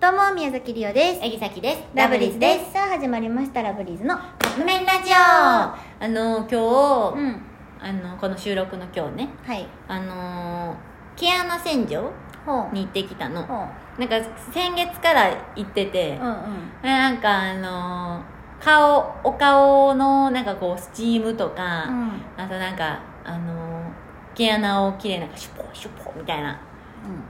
どうも宮崎りおですえぎさきですラブリーズですさあ始まりましたラブリーズの革命ラジオあの今日、んあのこの収録の今日ねはいあの毛穴洗浄ほうに行ってきたのほうなんか先月から行ってて、うんうんなんかあの顔お顔のなんかこうスチームとか、うんあとなんかあの毛穴をきれいなんかシュポシュポみたいな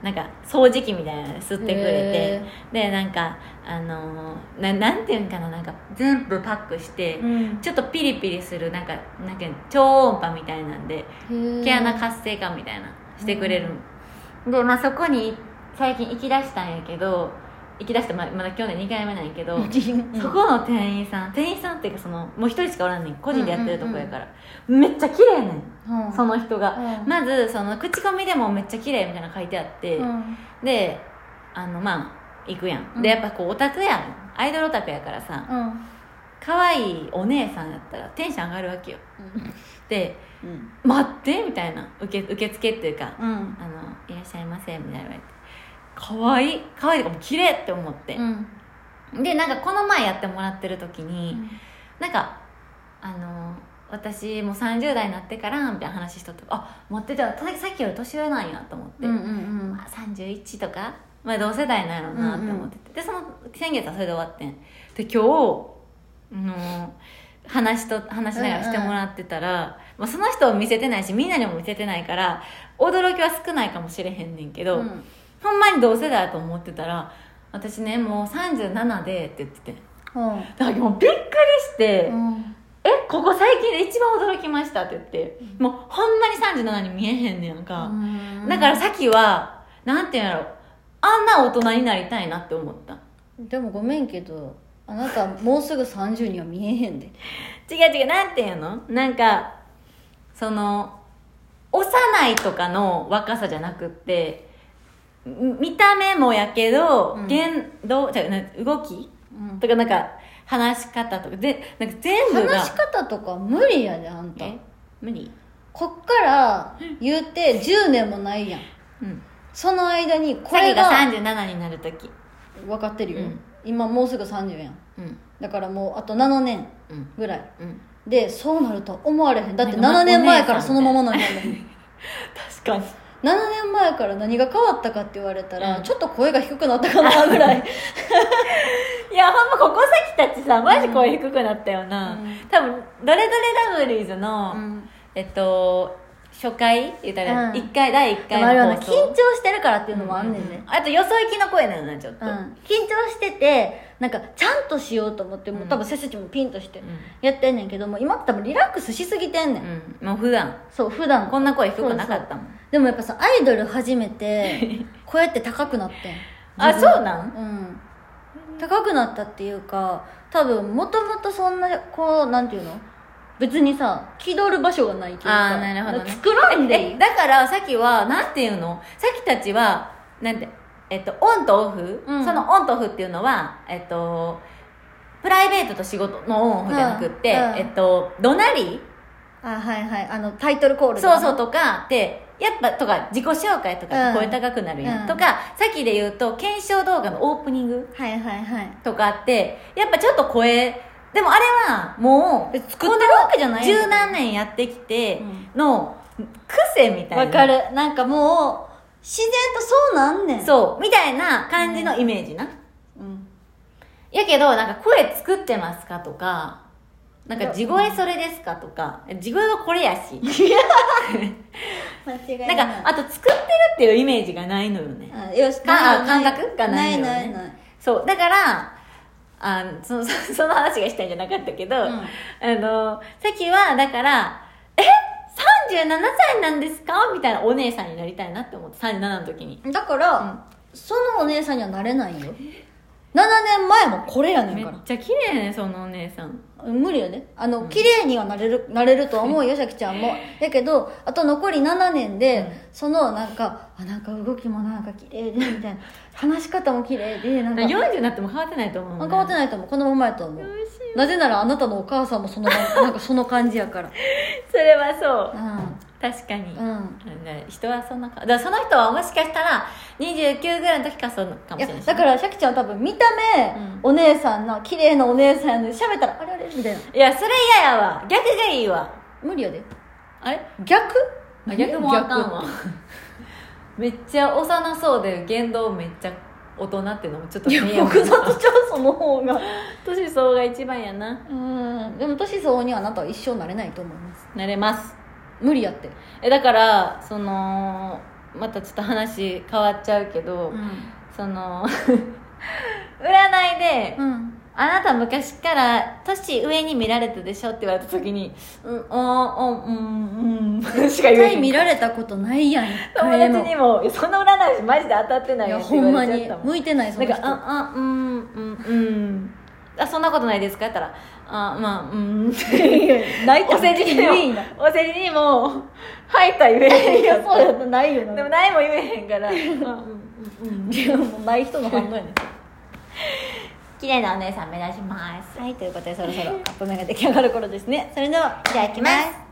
なんか掃除機みたいなの吸ってくれてへでなんかあのーななんていうんかななんか全部パックして、うんちょっとピリピリするなんかなんか超音波みたいなんでうん毛穴活性化みたいなしてくれるの、で、まあ、そこに最近行きだしたんやけど行きだしてままだ去年2回目なんやけど、そこの店員さん店員さんっていうかそのもう一人しかおらんねん個人でやってるとこやから、めっちゃ綺麗ねんうんその人が、うんまずその口コミでもめっちゃ綺麗みたいなの書いてあって、うんであのまあ行くやん、うんでやっぱこうオタクやんアイドルオタクやからさうん可愛いお姉さんやったらテンション上がるわけよでうん「待って」みたいな受け受付っていうか「うんあのいらっしゃいませ」みたいな言われて可愛い可愛いとかもう綺麗って思ってう、んでなんかこの前やってもらってる時に、なんかあの私もう30代になってからみたいな話しとってあ待ってたさっきより年上なんやと思って、うんうんまあ、31とか、まあ、同世代なんやろうなって思ってて、でその先月はそれで終わってんで今日あの話と話しながらしてもらってたら、まあ、その人を見せてないしみんなにも見せてないから驚きは少ないかもしれへんねんけうど、んうんほんまに同世代やと思ってたら私ねもう37でって言っててほうだからもうびっくりして、うんえここ最近で一番驚きましたって言ってもうほんまに37に見えへんねやんか、うんだからさっきはなんていうんやろあんな大人になりたいなって思ったでもごめんけどあなたもうすぐ30には見えへんで違う違うなんていうのなんかその幼いとかの若さじゃなくってん見た目もやけど、うん言動じゃな動きうんとかなんか話し方とかでなんか全部が話し方とか無理やであんたえ無理こっから言うて10年もないやんうんその間にこさっれきがが37になる時分かってるよ、うん今もうすぐ30やんうんだからもうあと7年うんぐらいうんでそうなるとは思われへんだってなんか7年前からお姉そさんみたいのままなんやもん 確かに7年前から何が変わったかって言われたら、うんちょっと声が低くなったかなぐらいいやほんまここさきたちさマジ声低くなったよな、うん多分「どれどれラブリーズの」 うんえっと初回言ったらうん1回、第1でもあ回れはのな放緊送張してるからっていうのもあんねんね、ううあとよそ行きの声なのなちょっと、うん緊張しててなんかちゃんとしようと思ってもう多分背筋もピンとしてうんやってんねんけどもう今って多分リラックスしすぎてんねん、うんもう普段そう普段こんな声低くなかったもんでもやっぱさアイドル始め てこうやって高くなってんあそうなうんん高くなったっていうか多分もともとそんなこうなんていうの別にさ気取る場所がないというかあーなるほどね作らんでいえいだからさっきはなんていうのさっきたちはなんてえっとオンとオフ、うんそのオンとオフっていうのはえっとプライベートと仕事のオンオフじゃなくって、うんうんえっと怒鳴りあはいはいあのタイトルコールそうそうととかってやっぱとか自己紹介とうかん声高くなるやん、うんとかさっきで言うと検証動画のオープニングはいはいはいとかあってやっぱちょっと声でもあれはもうえ作ってるわけじゃない十何年やってきてうの癖みたいなわかるなんかもう自然とそうなんねんう、そうみたいな感じのイメージな、うん、やけどなんか声作ってますかとかなんか地声それですかとか地声はこれやし 間違いなんなかあと作ってるっていうイメージがないのよねあよしかない感覚がないのよないねないないそうだからあそのそその話がしたいんじゃなかったけど、うんあのさっきはだから「え37歳なんですか?」みたいなお姉さんになりたいなって思って37の時にだから、そのお姉さんにはなれないよ7年前もこれやねめんっかちゃ綺麗ねそのお姉さんら無理よねあの、綺麗にはなれるなれるとは思うよさきちゃんもやけどあと残り7年で、うんそのなんかあなんか動きもなんか綺麗でみたいな話し方も綺麗でなんか40になっても変わってないと思う、変わってないと思うこのままやと思うなぜならあなたのお母さんもそのまなんかその感じやからそれはそうう確かに、うんね人はそんなかだからその人はもしかしたら29ぐらいの時からそうかもいしやれないしだからシャキちゃんは多分見た目、うんお姉さんの綺麗なお姉さんやのに喋ったらあれあれみたいないやそれ嫌やわ逆がいいわ無理やであれ逆あ逆もあかんわ めっちゃ幼そうで言動めっちゃ大人っていうのもちょっと逆いや迷惑複雑ちゃうその方が年相応が一番やなうんでも年相応にはあなたは一生なれないと思いますなれます無理やってえだからそのまたちょっと話変わっちゃうけど、んその 占いで、うんあなた昔から年上に見られたでしょって言われた時に「うんおーおーうんうん」しか絶言え対へん見られたことないやん友達にも「そんな占い師マジで当たってないいよ」やってほん言まわれちゃにったもん向いてないそなのん人か「ああうんうんうん」あ「そんなことないですか?」やったら「あまあうん」おないお世世辞辞ににもいいなお世辞にも「はい」とは言えへんいややんそうやったないよなでも「ない」も言えへ んから「あうんうんうんいやもうない人の反応やねん綺麗なお姉さん目指します」はいということでそろそろアップ目が出来上がる頃ですねそれではじゃあ行きます